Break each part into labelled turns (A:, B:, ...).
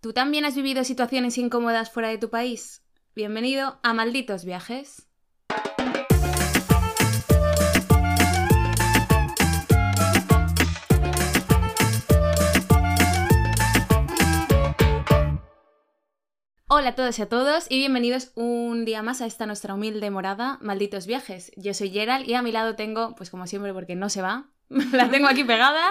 A: ¿Tú también has vivido situaciones incómodas fuera de tu país? Bienvenido a Malditos Viajes. Hola a todos y a todos y bienvenidos un día más a esta nuestra humilde morada, Malditos Viajes. Yo soy Gerald y a mi lado tengo, pues como siempre porque no se va, la tengo aquí pegada,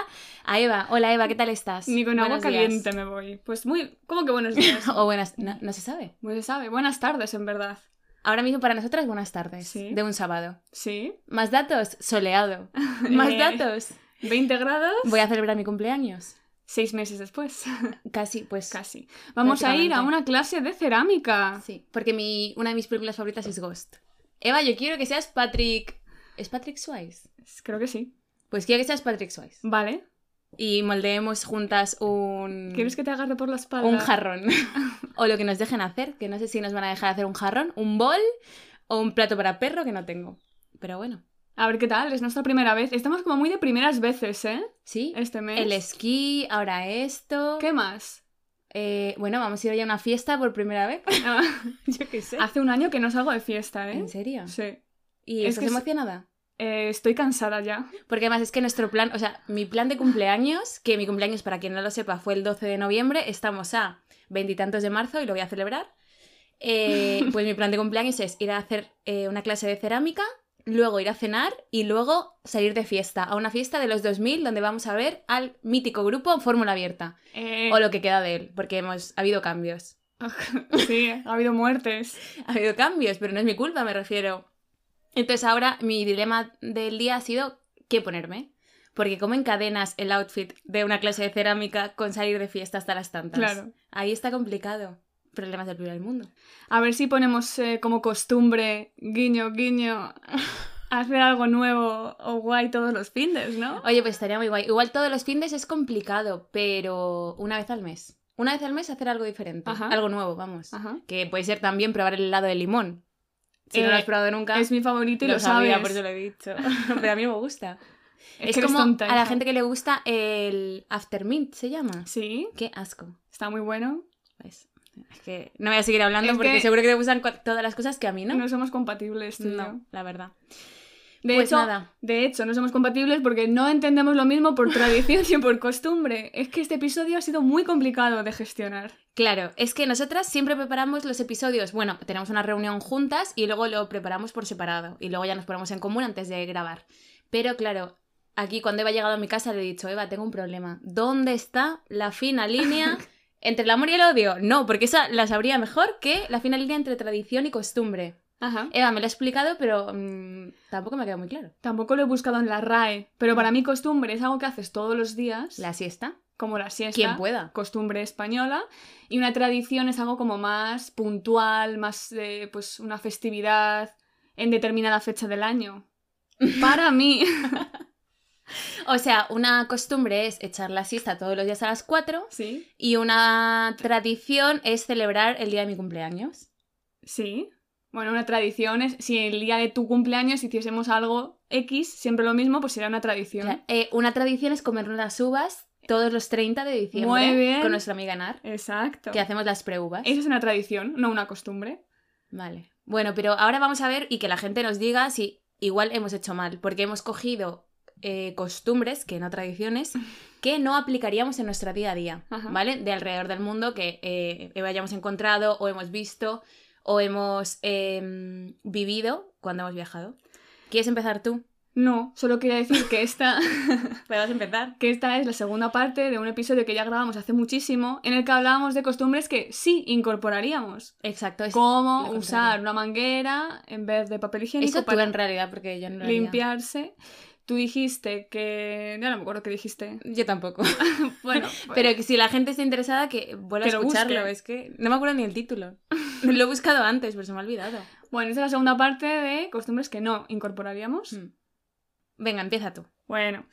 A: a Eva. Hola Eva, ¿qué tal estás?
B: Ni con agua
A: Buenos días.
B: caliente me voy. Pues muy... ¿Cómo que buenos días?
A: O buenas, no, no se sabe.
B: Pues se sabe. Buenas tardes, en verdad.
A: Ahora mismo para nosotras buenas tardes,
B: Sí.
A: de un sábado.
B: Sí.
A: Más datos, soleado. Más
B: Eh.
A: datos.
B: 20 grados.
A: Voy a celebrar mi cumpleaños.
B: Seis meses después.
A: Casi, pues.
B: Casi. Vamos a ir a
A: Prácticamente.
B: una clase de cerámica.
A: Sí, porque mi, una de mis películas favoritas es Ghost. Eva, yo quiero que seas Patrick. ¿Es Patrick Swayze?
B: Creo que sí.
A: Pues quiero que seas Patrick Swayze.
B: Vale.
A: Y moldeemos juntas un.
B: ¿Quieres que te agarre por la espalda?
A: Un jarrón. o lo que nos dejen hacer, que no sé si nos van a dejar hacer un jarrón, un bol o un plato para perro que no tengo. Pero bueno.
B: A ver qué tal. Es nuestra primera vez. Estamos como muy de primeras veces, ¿eh?
A: Sí.
B: Este mes.
A: El esquí, ahora esto.
B: ¿Qué más?
A: Eh, bueno, vamos a ir hoy a una fiesta por primera vez.
B: Ah,
A: yo qué sé.
B: Hace un año que no salgo de fiesta, ¿eh?
A: ¿En serio?
B: Sí.
A: ¿Y
B: Es
A: estás
B: que es-
A: emocionada?
B: Eh, estoy cansada ya.
A: Porque además es que nuestro plan, o sea, mi plan de cumpleaños, que mi cumpleaños, para quien no lo sepa, fue el 12 de noviembre, estamos a veintitantos de marzo y lo voy a celebrar. Eh, pues mi plan de cumpleaños es ir a hacer eh, una clase de cerámica, luego ir a cenar y luego salir de fiesta, a una fiesta de los 2000 donde vamos a ver al mítico grupo Fórmula Abierta,
B: Eh,
A: o lo que queda de él, porque hemos ha habido cambios.
B: Sí, ha habido muertes.
A: ha habido cambios, pero no es mi culpa, me refiero. Entonces ahora mi dilema del día ha sido qué ponerme. Porque como encadenas el outfit de una clase de cerámica con salir de fiesta hasta las tantas.
B: Claro.
A: Ahí está complicado. Problemas del primer mundo.
B: A ver si ponemos eh, como costumbre, guiño, guiño, hacer algo nuevo o guay todos los findes, ¿no?
A: Oye, pues estaría muy guay. Igual todos los fines es complicado, pero una vez al mes. Una vez al mes hacer algo diferente.
B: Ajá.
A: Algo nuevo, vamos.
B: Ajá.
A: Que puede ser también probar el helado de limón. Si no
B: Eh,
A: lo has probado nunca,
B: Es mi favorito y lo,
A: sabía,
B: sabes.
A: por eso lo he dicho. pero a mí me gusta.
B: Es,
A: Es
B: que eres
A: como
B: tonta,
A: a la
B: hija.
A: gente que le gusta el after mint, se llama.
B: Sí,
A: Qué asco.
B: está muy bueno.
A: Pues, es que no voy a seguir hablando
B: Es
A: porque
B: que-
A: seguro que te gustan cua- todas las cosas que a mí no.
B: No, somos compatibles, tú y yo.
A: No, la verdad.
B: De
A: pues
B: hecho,
A: nada.
B: de hecho, no somos compatibles porque no entendemos lo mismo por tradición y por costumbre. Es que este episodio ha sido muy complicado de gestionar.
A: Claro, es que nosotras siempre preparamos los episodios. Bueno, tenemos una reunión juntas y luego lo preparamos por separado. Y luego ya nos ponemos en común antes de grabar. Pero claro, aquí cuando Eva ha llegado a mi casa le he dicho, Eva, tengo un problema. ¿Dónde está la fina línea entre el amor y el odio? No, porque esa la sabría mejor que la fina línea entre tradición y costumbre.
B: Ajá.
A: Eva me lo ha explicado, pero mm, tampoco me ha quedado muy claro.
B: Tampoco lo he buscado en la RAE, pero para mí costumbre es algo que haces todos los días,
A: Mm. La siesta,
B: como la siesta.
A: quien pueda.
B: costumbre española y una tradición es algo como más puntual, más eh, pues una festividad en determinada fecha del año. Para mí.
A: O sea, una costumbre es echar la siesta todos los días a las 4
B: Sí.
A: y una tradición es celebrar el día de mi cumpleaños.
B: Sí. Bueno, una tradición es si el día de tu cumpleaños hiciésemos algo X, siempre lo mismo, pues sería una tradición.
A: Cla- eh, una tradición es comer unas uvas todos los 30 de diciembre
B: Muy bien.
A: con nuestra amiga Nar,
B: Exacto.
A: que hacemos las preuvas.
B: Eso es una tradición, no una costumbre.
A: Vale. Bueno, pero ahora vamos a ver y que la gente nos diga si igual hemos hecho mal, porque hemos cogido eh, costumbres, que no tradiciones, que no aplicaríamos en nuestro día a día,
B: Ajá.
A: ¿vale? De alrededor del mundo que eh, hayamos encontrado o hemos visto o hemos em, vivido cuando hemos viajado. ¿Quieres empezar tú?
B: No, solo quería decir que esta.
A: Podemos empezar.
B: que esta es la segunda parte de un episodio que ya grabamos hace muchísimo, en el que hablábamos de costumbres que sí incorporaríamos.
A: Exacto. Es,
B: Cómo
A: la
B: usar
A: contraria.
B: una manguera en vez de papel higiénico
A: eso tú
B: para
A: en realidad, porque yo no lo haría.
B: limpiarse. Tú dijiste que... Ya no me acuerdo qué dijiste.
A: Yo tampoco.
B: Bueno,
A: Pero que si la gente está interesada, que vuelva
B: Que
A: a
B: lo
A: escucharlo.
B: busque.
A: Es que no me acuerdo ni el título. Lo he buscado antes, pero se me ha olvidado.
B: bueno, esta es la segunda parte de costumbres que no incorporaríamos.
A: Hmm. Venga, empieza tú.
B: Bueno,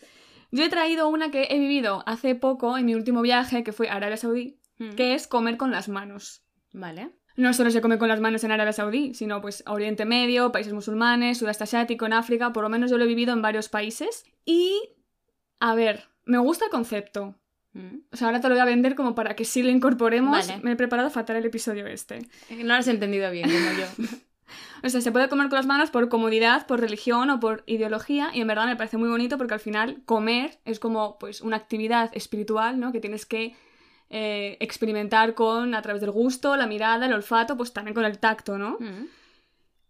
B: yo he traído una que he vivido hace poco en mi último viaje, que fue a Arabia Saudí,
A: Mm. Hmm.
B: que es comer con las manos.
A: Vale.
B: No solo se come con las manos en Arabia Saudí, sino pues a Oriente Medio, países musulmanes, sudeste asiático, en África, por lo menos yo lo he vivido en varios países. Y, a ver, me gusta el concepto,
A: Mm.
B: O sea, ahora te lo voy a vender como para que sí lo incorporemos.
A: Vale.
B: Me he preparado fatal el episodio este.
A: Eh, No lo has entendido bien, como yo.
B: O sea, se puede comer con las manos por comodidad, por religión o por ideología. Y en verdad me parece muy bonito porque al final comer es como pues una actividad espiritual, ¿no? Que tienes que eh, experimentar con a través del gusto, la mirada, el olfato, pues también con el tacto, ¿no?
A: Mm.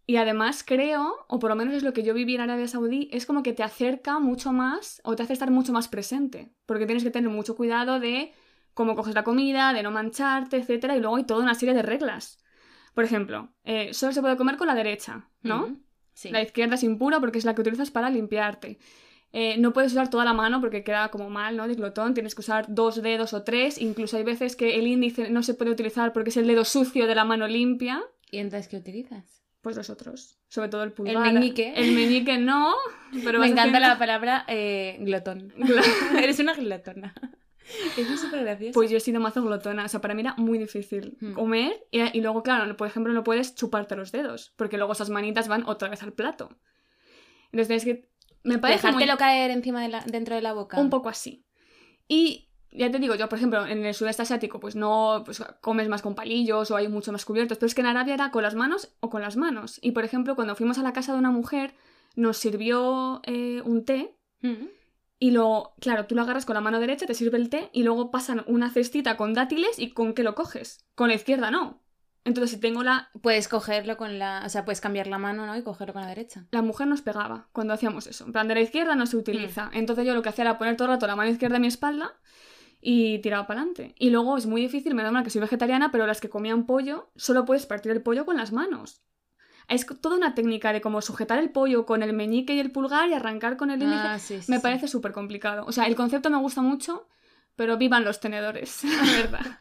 B: Y además creo, o por lo menos es lo que yo viví en Arabia Saudí, es como que te acerca mucho más o te hace estar mucho más presente, porque tienes que tener mucho cuidado de cómo coges la comida, de no mancharte, etcétera, y luego hay toda una serie de reglas. Por ejemplo, eh, solo se puede comer con la derecha, ¿no?
A: Mm. Sí.
B: La izquierda es impura porque es la que utilizas para limpiarte. Eh, no puedes usar toda la mano porque queda como mal, ¿no? De glotón, tienes que usar dos dedos o tres, incluso hay veces que el índice no se puede utilizar porque es el dedo sucio de la mano limpia.
A: ¿Y entonces qué utilizas?
B: Pues los otros. Sobre todo el pulgar.
A: meñique.
B: El meñique no, pero
A: Me
B: vas
A: encanta
B: haciendo-
A: la palabra eh, glotón. Eres una glotona. Eso es súper gracioso.
B: Pues yo he sido mazo glotona. O sea, para mí era muy difícil
A: Hmm.
B: comer. Y, y luego, claro, no- por ejemplo, no puedes chuparte los dedos. Porque luego esas manitas van otra vez al plato. Entonces tienes que. Me parece muy-
A: Dejártelo caer encima de la, dentro de la boca.
B: un poco así. Y ya te digo, yo, por ejemplo, en el sudeste asiático, pues no pues, comes más con palillos o hay mucho más cubiertos. Pero es que en Arabia era con las manos o con las manos. Y por ejemplo, cuando fuimos a la casa de una mujer, nos sirvió eh, un té.
A: Mm.
B: Y luego, claro, tú lo agarras con la mano derecha, te sirve el té y luego pasan una cestita con dátiles y ¿con qué lo coges? Con la izquierda no. Entonces, si tengo la...
A: Puedes cogerlo con la. O sea, puedes cambiar la mano, ¿no? Y cogerlo con la derecha.
B: La mujer nos pegaba cuando hacíamos eso. En plan, de la izquierda no se utiliza. Entonces yo lo que hacía era poner todo el rato la mano izquierda en mi espalda y tiraba para adelante. Y luego es muy difícil, menos mal que soy vegetariana, pero las que comían pollo, solo puedes partir el pollo con las manos. Es co- toda una técnica de cómo sujetar el pollo con el meñique y el pulgar y arrancar con el índice.
A: Ah, sí, sí,
B: Me
A: sí.
B: parece súper complicado. O sea, el concepto me gusta mucho, pero vivan los tenedores, la verdad.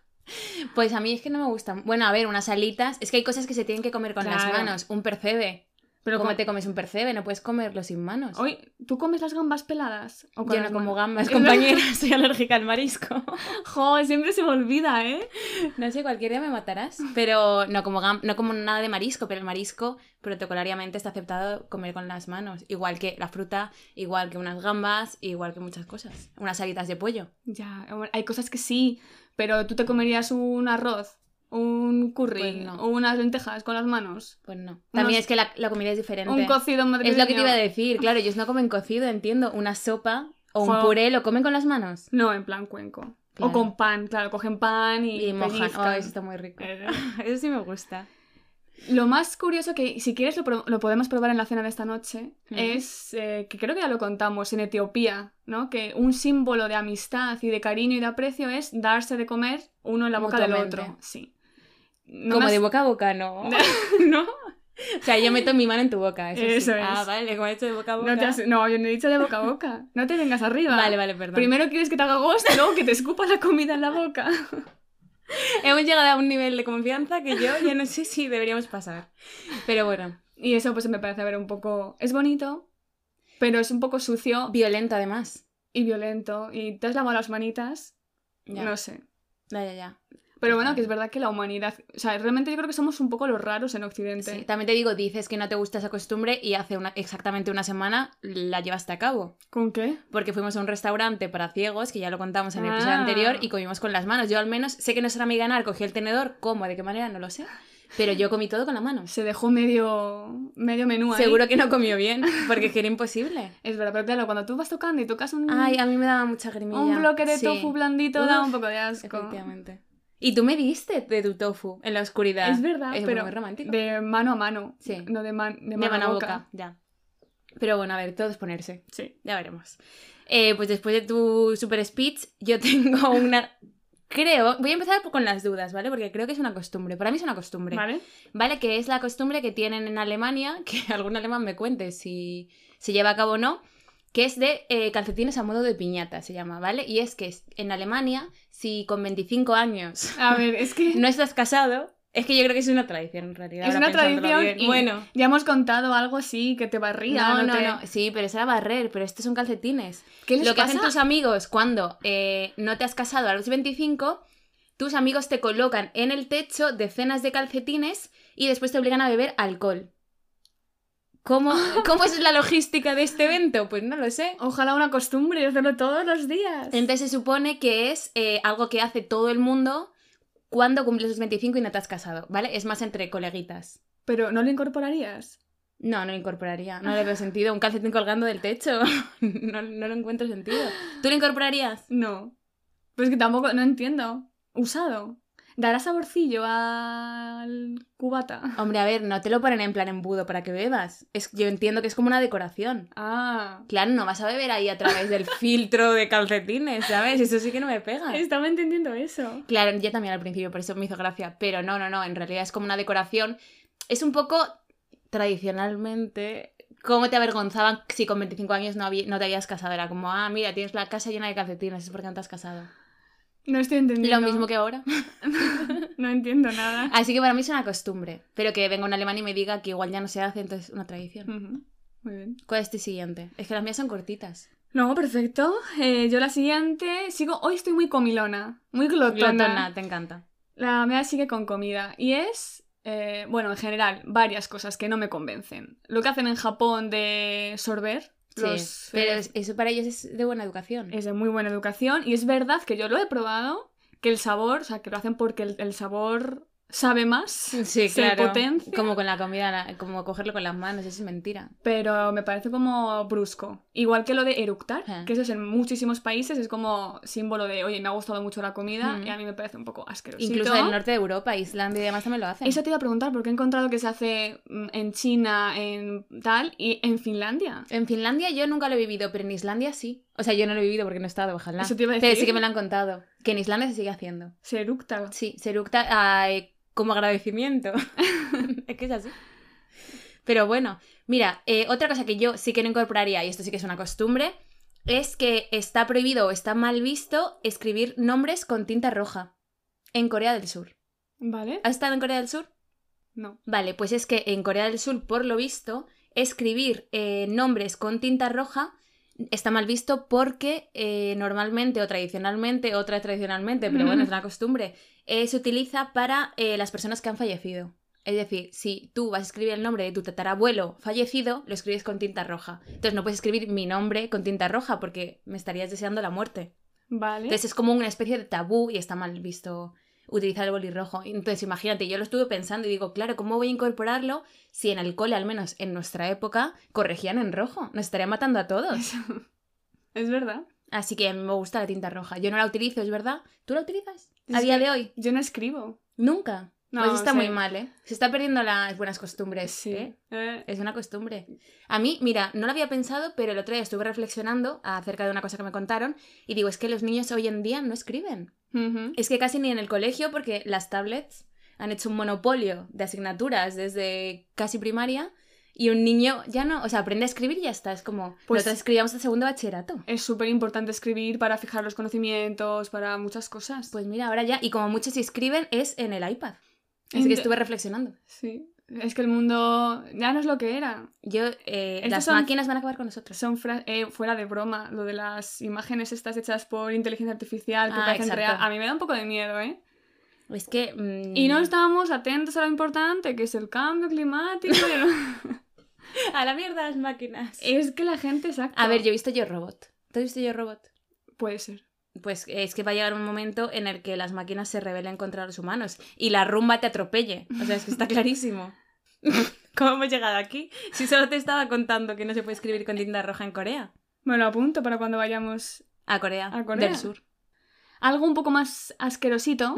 A: Pues a mí es que no me gustan. Bueno, a ver, unas alitas. Es que hay cosas que se tienen que comer con las
B: Claro.
A: manos. Un percebe.
B: Pero
A: ¿Cómo
B: con-
A: te comes un percebe? No puedes comerlo sin manos.
B: Hoy, ¿tú comes las gambas peladas? ¿O con
A: Yo no
B: las
A: como
B: manos?
A: gambas, compañera. Soy alérgica al marisco.
B: Jo, siempre se me olvida, ¿eh?
A: No sé, cualquier día me matarás. Pero no como, gam- no como nada de marisco, pero el marisco protocolariamente está aceptado comer con las manos. Igual que la fruta, igual que unas gambas, igual que muchas cosas. Unas alitas de pollo.
B: Ya, bueno, hay cosas que sí, pero tú te comerías un arroz, un curry,
A: Pues no.
B: o unas lentejas con las manos,
A: Pues no. También
B: Unos-
A: es que la, la comida es diferente.
B: un cocido madrileño.
A: es lo que te iba a decir. Claro, ellos no comen cocido, entiendo. Una sopa o un
B: Jo.
A: puré lo comen con las manos.
B: No, en plan cuenco.
A: Claro.
B: O con pan, claro, cogen pan y,
A: Y mojan.
B: pellizcan.
A: Oh, eso está muy rico.
B: Eh,
A: Eso sí me gusta.
B: Lo más curioso que, si quieres, lo, pro- lo podemos probar en la cena de esta noche,
A: Mm.
B: es eh, que creo que ya lo contamos en Etiopía, ¿no? Que un símbolo de amistad y de cariño y de aprecio es darse de comer uno en la boca del otro.
A: Mutuamente.
B: Sí. No
A: como
B: me
A: de
B: has-
A: boca a boca, no.
B: ¿No?
A: O sea, yo meto mi mano en tu boca. Eso, sí.
B: Eso es.
A: Ah, vale, como he hecho de boca a boca.
B: No, te has- no, yo no he dicho de boca a boca. No te vengas arriba.
A: Vale, vale, perdón.
B: Primero quieres que te haga ghost, luego que te escupa la comida en la boca.
A: Hemos llegado a un nivel de confianza que yo ya no sé si deberíamos pasar. Pero bueno,
B: Y eso pues me parece a ver un poco... Es bonito, pero es un poco sucio
A: violento además.
B: y violento. Y te has lavado las manitas.
A: Ya,
B: No sé.
A: ya, ya. ya.
B: Pero bueno, que es verdad que la humanidad... O sea, realmente yo creo que somos un poco los raros en Occidente.
A: Sí, También te digo, dices que no te gusta esa costumbre y hace una- exactamente una semana la llevaste a cabo.
B: ¿Con qué?
A: Porque fuimos a un restaurante para ciegos, que ya lo contamos en el episodio
B: Ah.
A: anterior, y comimos con las manos. Yo al menos sé que no será mi ganar, cogí el tenedor, cómo, de qué manera, no lo sé. Pero yo comí todo con la mano.
B: Se dejó medio, medio menú ahí.
A: Seguro que no comió bien, porque es que era imposible.
B: Es verdad, pero claro, cuando tú vas tocando y tocas un,
A: Ay, a mí me daba mucha grimilla.
B: un bloque de
A: Sí.
B: tofu blandito, da
A: Uf,
B: un poco de asco.
A: Efectivamente. Y tú me diste de tu tofu en la oscuridad.
B: Es verdad,
A: Es
B: pero
A: muy romántico.
B: de mano a mano.
A: Sí.
B: No de, man- de
A: De
B: mano,
A: mano a boca. ya. Pero bueno, a ver, todo es ponerse.
B: Sí.
A: Ya veremos. Eh, pues después de tu super speech, yo tengo una. Creo, voy a empezar con las dudas, ¿vale? Porque creo que es una costumbre. Para mí es una costumbre.
B: ¿Vale?
A: ¿Vale? Que es la costumbre que tienen en Alemania, que algún alemán me cuente si se lleva a cabo o no, que es de eh, calcetines a modo de piñata, se llama, ¿vale? Y es que en Alemania, si con 25 años
B: A ver, es que
A: no estás casado, es que yo creo que es una tradición en realidad.
B: es
A: ahora
B: una
A: pensándolo
B: tradición
A: bien.
B: y
A: Bueno.
B: ya hemos contado algo así que te barría.
A: No, no,
B: te-
A: no. Sí, pero será barrer, pero estos son calcetines.
B: ¿Qué les
A: Lo que
B: pasa?
A: hacen tus amigos cuando eh, no te has casado a los 25, tus amigos te colocan en el techo decenas de calcetines y después te obligan a beber alcohol. ¿Cómo, ¿Cómo es la logística de este evento? Pues no lo sé.
B: Ojalá una costumbre hacerlo todos los días.
A: Entonces se supone que es eh, algo que hace todo el mundo cuando cumples los 25 y no te has casado, ¿vale? Es más entre coleguitas.
B: Pero no lo incorporarías.
A: No, no lo incorporaría. No le veo sentido. Un calcetín colgando del techo. No, no lo encuentro sentido. ¿Tú lo incorporarías?
B: No. Pues que tampoco, no entiendo. Usado. Dará saborcillo al cubata.
A: Hombre, a ver, no te lo ponen en plan embudo para que bebas. Es, yo entiendo que es como una decoración.
B: Ah.
A: Claro, no vas a beber ahí a través del filtro de calcetines, ¿sabes? Eso sí que no me pega.
B: Estaba entendiendo eso.
A: Claro, yo también al principio, por eso me hizo gracia. Pero no, no, no. En realidad es como una decoración. Es un poco tradicionalmente, ¿cómo te avergonzaban si con 25 años no, habí- no te habías casado? Era como, ah, mira, tienes la casa llena de calcetines, es porque no te has casado.
B: No estoy entendiendo.
A: Lo mismo que ahora.
B: No entiendo nada.
A: Así que para mí es una costumbre, pero que venga un alemán y me diga que igual ya no se hace, entonces una tradición.
B: Ujú. Muy bien.
A: ¿Cuál es tu siguiente? Es que las mías son cortitas.
B: No, perfecto. Eh, yo la siguiente sigo. Hoy estoy muy comilona, muy glotona.
A: Glotona, te encanta.
B: La mía sigue con comida y es, eh, bueno, en general, varias cosas que no me convencen. Lo que hacen en Japón de sorber,
A: Sí,
B: los-
A: pero
B: eh,
A: es- eso para ellos es de buena educación.
B: es de muy buena educación y es verdad que yo lo he probado, que el sabor, o sea, que lo hacen porque el, el sabor sabe más,
A: Sí,
B: se
A: claro.
B: potencia,
A: Como con la comida, la- como cogerlo con las manos, eso es mentira.
B: pero me parece como brusco. Igual que lo de eructar,
A: Ajá.
B: que eso es en muchísimos países, es como símbolo de, oye, me ha gustado mucho la comida
A: Mm.
B: y a mí me parece un poco asqueroso.
A: Incluso del norte de Europa, Islandia y demás también lo hacen.
B: Eso te iba a preguntar, porque he encontrado que se hace mm, en China, en tal, y en Finlandia.
A: En Finlandia yo nunca lo he vivido, pero en Islandia sí. O sea, yo no lo he vivido porque no he estado, ojalá.
B: Eso te iba a
A: Pero
B: decir.
A: sí que me lo han contado. Que en Islandia se sigue haciendo.
B: Se eructa.
A: Sí, se eructa ay, como agradecimiento. es que es así. Pero bueno, mira, eh, otra cosa que yo sí que no incorporaría, y esto sí que es una costumbre, es que está prohibido o está mal visto escribir nombres con tinta roja en Corea del Sur.
B: ¿Vale?
A: ¿Has estado en Corea del Sur?
B: No.
A: Vale, pues es que en Corea del Sur, por lo visto, escribir eh, nombres con tinta roja está mal visto porque eh, normalmente o tradicionalmente, otra tradicionalmente, pero bueno, es una costumbre, eh, se utiliza para eh, las personas que han fallecido. Es decir, si tú vas a escribir el nombre de tu tatarabuelo fallecido, lo escribes con tinta roja. Entonces no puedes escribir mi nombre con tinta roja porque me estarías deseando la muerte.
B: Vale.
A: Entonces es como una especie de tabú y está mal visto utilizar el boli rojo. Entonces imagínate, yo lo estuve pensando y digo, claro, ¿cómo voy a incorporarlo si en el cole, al menos en nuestra época, corregían en rojo? Nos estaría matando a todos.
B: es verdad.
A: Así que a mí me gusta la tinta roja. Yo no la utilizo, es verdad. ¿Tú la utilizas? A
B: Es
A: día
B: que-
A: de hoy.
B: Yo no escribo.
A: Nunca.
B: No,
A: pues está
B: sí.
A: muy mal, ¿eh? Se está perdiendo las buenas costumbres. ¿eh?
B: Sí. Eh,
A: Es una costumbre. A mí, mira, no lo había pensado, pero el otro día estuve reflexionando acerca de una cosa que me contaron y digo, es que los niños hoy en día no escriben.
B: ujú.
A: Es que casi ni en el colegio, porque las tablets han hecho un monopolio de asignaturas desde casi primaria y un niño ya no, o sea, aprende a escribir y ya está. Es como,
B: Pues-
A: nosotros escribíamos el segundo de bachillerato.
B: Es súper importante escribir para fijar los conocimientos, para muchas cosas.
A: Pues mira, ahora ya, y como muchos se escriben es en el iPad. Así que
B: Ente-
A: estuve reflexionando.
B: Sí. Es que el mundo ya no es lo que era.
A: Yo, eh,
B: Estos
A: las
B: son-
A: máquinas van a acabar con nosotros.
B: Son fra- eh, fuera de broma, lo de las imágenes estas hechas por inteligencia artificial que
A: Ah,
B: parecen
A: exacto.
B: real. A mí me da un poco de miedo, ¿eh?
A: Es que... mm,
B: Y no estábamos atentos a lo importante que es el cambio climático. y el-
A: A la mierda las máquinas.
B: es que la gente exacto.
A: A ver, yo he visto Yo Robot. ¿Tú has visto Yo Robot?
B: Puede ser.
A: Pues es que va a llegar un momento en el que las máquinas se rebelen contra los humanos y la rumba te atropelle. O sea, es que está clarísimo. ¿Cómo hemos llegado aquí? Si solo te estaba contando que no se puede escribir con tinta roja en Corea.
B: Me lo apunto para cuando vayamos.
A: A Corea,
B: A Corea.
A: del Sur. Mm.
B: Algo un poco más asquerosito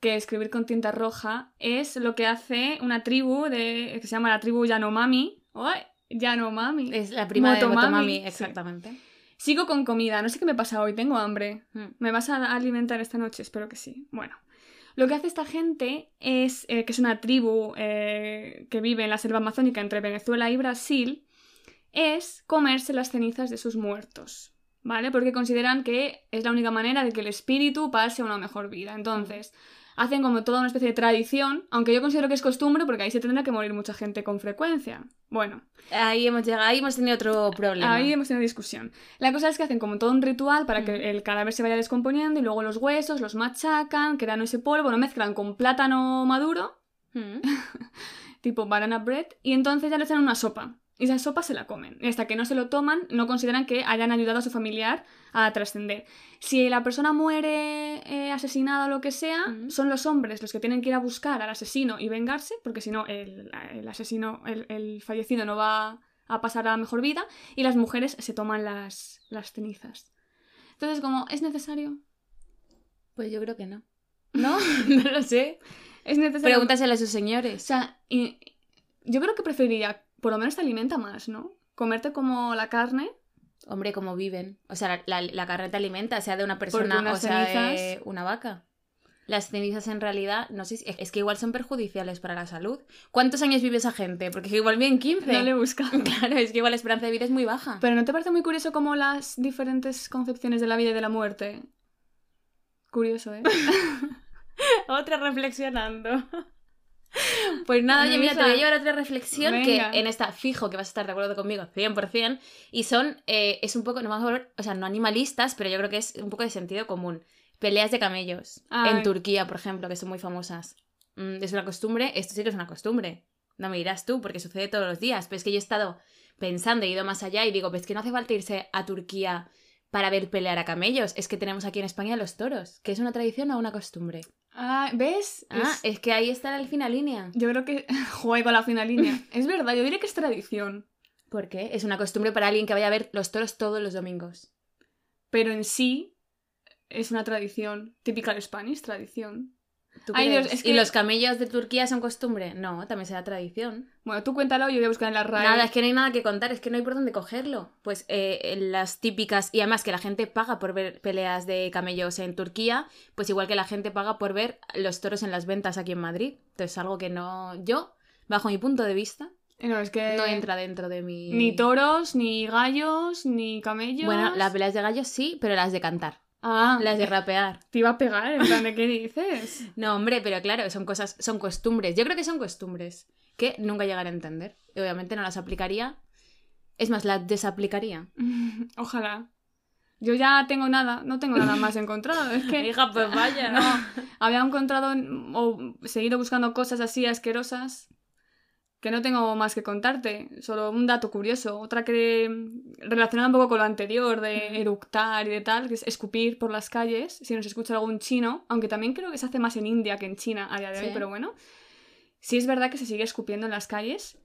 B: que escribir con tinta roja es lo que hace una tribu de, que se llama la tribu Yanomami. ¡Ay! Yanomami.
A: Es la prima de
B: Motomami,
A: Motomami,
B: sí.
A: exactamente.
B: Sigo con comida. No sé qué me pasa hoy. Tengo hambre.
A: Mm.
B: ¿Me vas a alimentar esta noche? Espero que sí. Bueno, lo que hace esta gente es, eh, que es una tribu eh, que vive en la selva amazónica entre Venezuela y Brasil, es comerse las cenizas de sus muertos, ¿vale? Porque consideran que es la única manera de que el espíritu pase a una mejor vida. Entonces, hacen como toda una especie de tradición, aunque yo considero que es costumbre porque ahí se tendrá que morir mucha gente con frecuencia. Bueno,
A: Ahí hemos llegado, ahí hemos tenido otro problema.
B: Ahí hemos tenido discusión. La cosa es que hacen como todo un ritual para que el cadáver se vaya descomponiendo y luego los huesos los machacan, crean ese polvo, lo mezclan con plátano maduro,
A: Mm.
B: tipo banana bread, y entonces ya le echan una sopa. Y esa sopa se la comen. Y hasta que no se lo toman, no consideran que hayan ayudado a su familiar a trascender. Si la persona muere eh, asesinada o lo que sea,
A: Ujú.
B: son los hombres los que tienen que ir a buscar al asesino y vengarse, porque si no, el, el asesino, el, el fallecido no va a pasar a mejor vida, y las mujeres se toman las, las cenizas. Entonces, como, ¿es necesario?
A: Pues yo creo que no. ¿No? no lo sé.
B: Es necesario.
A: Pregúntaselo a sus
B: O
A: señores.
B: sea, y- yo creo que preferiría, por lo menos te alimenta más, ¿no? Comerte como la carne
A: Hombre, cómo viven. O sea, la, la, la carne te alimenta, sea de una
B: Porque
A: persona o
B: unas
A: sea de
B: cenizas-
A: una vaca. Las cenizas en realidad, no sé, si- es que igual son perjudiciales para la salud. ¿Cuántos años vive esa gente? Porque igual viven 15.
B: no le busca.
A: Claro, es que igual la esperanza de vida es muy baja.
B: Pero ¿no te parece muy curioso como las diferentes concepciones de la vida y de la muerte? Curioso, ¿eh?
A: Otra reflexionando. Pues nada, oye,
B: Ay,
A: mira, te
B: hija.
A: voy a llevar a otra reflexión
B: Venga.
A: que en esta fijo que vas a estar de acuerdo conmigo 100%. Y son, eh, es un poco, no vamos a volver, o sea, no animalistas, pero yo creo que es un poco de sentido común. Peleas de camellos en
B: Ay.
A: Turquía, por ejemplo, que son muy famosas. Mm, es una costumbre, esto sí que es una costumbre. No me dirás tú, porque sucede todos los días. Pero es que yo he estado pensando, he ido más allá y digo, pues que no hace falta irse a Turquía para ver pelear a camellos. Es que tenemos aquí en España los toros, que es una tradición o una costumbre.
B: Ah, ¿Ves?
A: Ah,
B: Es-
A: es que ahí está la fina línea.
B: Yo creo que juego con la fina línea. Es verdad, yo diría que es tradición.
A: ¿Por qué? Es una costumbre para alguien que vaya a ver los toros todos los domingos.
B: Pero en sí es una tradición. Típica de Spanish, tradición.
A: ¿Tú
B: Ay,
A: crees?
B: Dios, es
A: ¿Y
B: que-
A: los camellos de Turquía son costumbre? No, también será tradición.
B: Bueno, tú cuéntalo, yo voy a buscar en la RAE.
A: Nada, es que no hay nada que contar, es que no hay por dónde cogerlo. Pues eh, en las típicas, y además que la gente paga por ver peleas de camellos en Turquía, pues igual que la gente paga por ver los toros en las ventas aquí en Madrid. Entonces, algo que no. Yo, bajo mi punto de vista,
B: No, es que...
A: no entra dentro de mi.
B: Eh, Ni toros, ni gallos, ni camellos.
A: Bueno, las peleas de gallos sí, pero las de cantar,
B: Ah,
A: las de rapear.
B: te iba a pegar, en plan, ¿de qué dices?
A: No, hombre, pero claro, son cosas, son costumbres. Yo creo que son costumbres que nunca llegaré a entender. Y obviamente no las aplicaría. Es más, las desaplicaría.
B: Ojalá. Yo ya tengo nada, no tengo nada más encontrado. Es que
A: Hija, pues vaya,
B: no, había encontrado mm, o seguido buscando cosas así asquerosas que no tengo más que contarte. Solo un dato curioso, otra que mm, relacionada un poco con lo anterior
A: Ujú.
B: de eructar y de tal, que es escupir por las calles, si nos escucha algún chino, aunque también creo que se hace más en India que en China a día de
A: Sí.
B: hoy, pero bueno. Sí es verdad que se sigue escupiendo en las calles.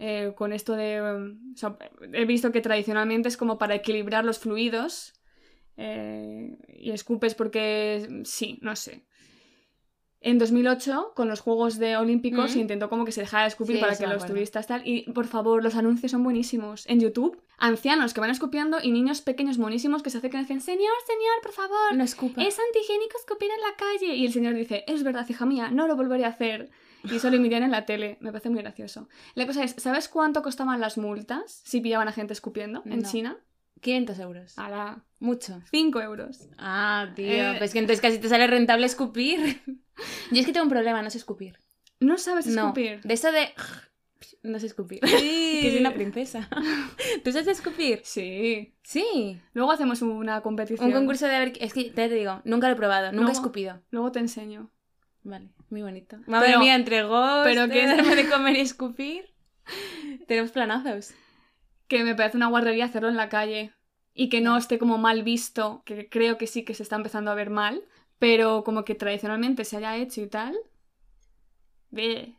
B: eh, con esto de... mm, o sea, he visto que tradicionalmente es como para equilibrar los fluidos eh, y escupes porque sí, no sé. En 2008, con los Juegos de Olímpicos,
A: Ujú.
B: se intentó como que se dejara de escupir
A: Mm. Sí,
B: para
A: eso
B: que
A: me
B: los
A: acuerdo.
B: turistas tal. Y por favor, los anuncios son buenísimos. En YouTube, ancianos que van escupiendo y niños pequeños buenísimos que se acercan y dicen: Señor, señor, por favor,
A: No escupa.
B: es antihigiénico escupir en la calle. Y el señor dice: Es verdad, hija mía, no lo volveré a hacer. Y eso lo emitían en la tele. Me parece muy gracioso. La cosa es: ¿sabes cuánto costaban las multas si pillaban a gente escupiendo en
A: No.
B: China?
A: 500 euros.
B: Hará
A: Mucho.
B: 5 euros.
A: Ah, tío.
B: Eh.
A: Pues que entonces casi te sale rentable escupir. Yo es que tengo un problema, no sé escupir.
B: No sabes
A: No.
B: escupir.
A: De eso de. No sé escupir.
B: Sí.
A: Que soy una princesa. ¿Tú sabes escupir?
B: Sí.
A: Sí.
B: Luego hacemos una competición.
A: Un concurso de. a ver- Es que ya te digo, nunca lo he probado, nunca
B: No.
A: he escupido.
B: Luego te enseño.
A: Vale, muy bonito. Madre
B: Pero-
A: mía, entregó.
B: pero
A: Pero
B: que-
A: que darme de comer y escupir. Tenemos planazos.
B: Que me parece una guarrería hacerlo en la calle. Y que no esté como mal visto, que creo que sí que se está empezando a ver mal, pero como que tradicionalmente se haya hecho y tal. Ve.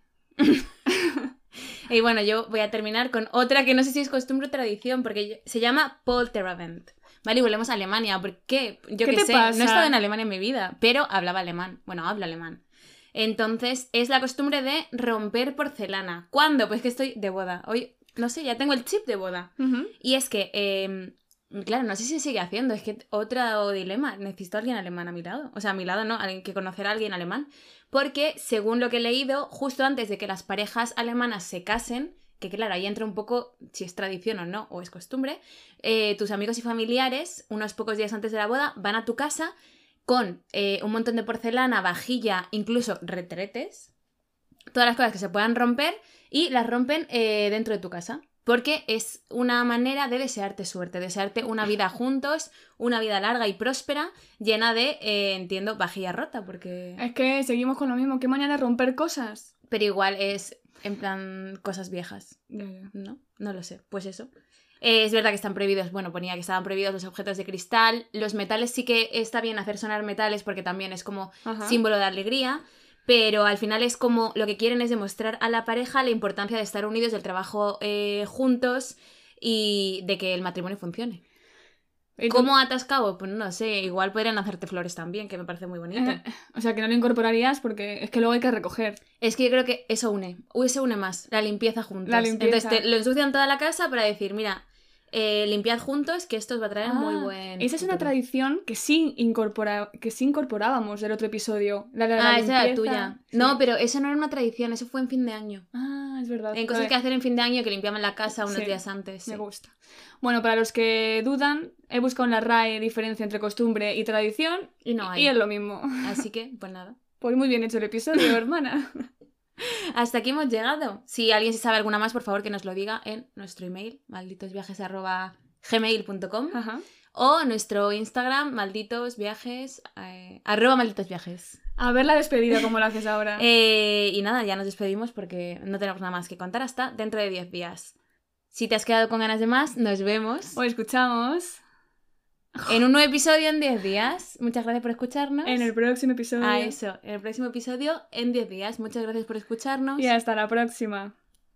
A: Y bueno, yo voy a terminar con otra que no sé si es costumbre o tradición, porque yo- se llama Polterabend. Vale, y volvemos a Alemania. ¿Por qué? Yo
B: ¿Qué
A: qué
B: te
A: sé,
B: pasa?
A: no he estado en Alemania en mi vida, pero hablaba alemán. Bueno, hablo alemán. Entonces, es la costumbre de romper porcelana. ¿Cuándo? Pues que estoy de boda. Hoy, no sé, ya tengo el chip de boda.
B: Ujú.
A: Y es que, eh, claro, no sé si sigue haciendo, es que otro dilema, necesito a alguien alemán a mi lado, o sea, a mi lado no, alguien que conocer a alguien alemán, porque según lo que he leído, justo antes de que las parejas alemanas se casen, que claro, ahí entra un poco si es tradición o no, o es costumbre, eh, tus amigos y familiares, unos pocos días antes de la boda, van a tu casa con eh, un montón de porcelana, vajilla, incluso retretes, todas las cosas que se puedan romper, y las rompen eh, dentro de tu casa. Porque es una manera de desearte suerte, desearte una vida juntos, una vida larga y próspera, llena de, eh, entiendo, vajilla rota, porque...
B: Es que seguimos con lo mismo. Qué manía de romper cosas.
A: Pero igual es... En plan, cosas viejas.
B: Ya, ya.
A: No, no lo sé. Pues eso. Eh, es verdad que están prohibidos, bueno, ponía que estaban prohibidos los objetos de cristal. Los metales sí que está bien hacer sonar metales porque también es como
B: Ajá.
A: símbolo de alegría, pero al final es como lo que quieren es demostrar a la pareja la importancia de estar unidos, del trabajo eh, juntos y de que el matrimonio funcione.
B: Y tú-
A: ¿Cómo atas cabo? Pues no sé, igual podrían hacerte flores también, que me parece muy bonito.
B: Eh. O sea, que no lo incorporarías porque es que luego hay que recoger.
A: Es que yo creo que eso une, uy, se une más, la limpieza juntos.
B: La limpieza.
A: Entonces te- lo ensucian toda la casa para decir, mira, eh, limpiad juntos que esto os va a traer muy
B: Ah,
A: buen...
B: Esa es una
A: futuro.
B: tradición que sí, incorpora... que sí incorporábamos del otro episodio. La de la
A: Ah, esa era
B: limpieza.
A: tuya.
B: Sí.
A: No, pero eso no era una tradición, eso fue en fin de año.
B: Ah, es verdad.
A: En cosas
B: Vale,
A: que hacer en fin de año que limpiaban la casa unos
B: Sí,
A: días antes. sí.
B: Me gusta. Bueno, para los que dudan, he buscado en la RAE diferencia entre costumbre y tradición
A: Y no hay.
B: y es lo mismo.
A: Así que, pues nada.
B: Pues muy bien hecho el episodio, hermana.
A: Hasta aquí hemos llegado. Si alguien se sabe alguna más, por favor que nos lo diga en nuestro email, malditosviajes.gmail.com
B: Ajá.
A: o nuestro Instagram, malditosviajes, eh, arroba malditosviajes.
B: A ver la despedida como la haces ahora.
A: Eh, y nada, ya nos despedimos porque no tenemos nada más que contar hasta dentro de 10 días. Si te has quedado con ganas de más, nos vemos
B: O escuchamos
A: en un nuevo episodio en 10 días. Muchas gracias por escucharnos.
B: en el próximo episodio.
A: A eso, en el próximo episodio en 10 días. Muchas gracias por escucharnos.
B: Y hasta la próxima.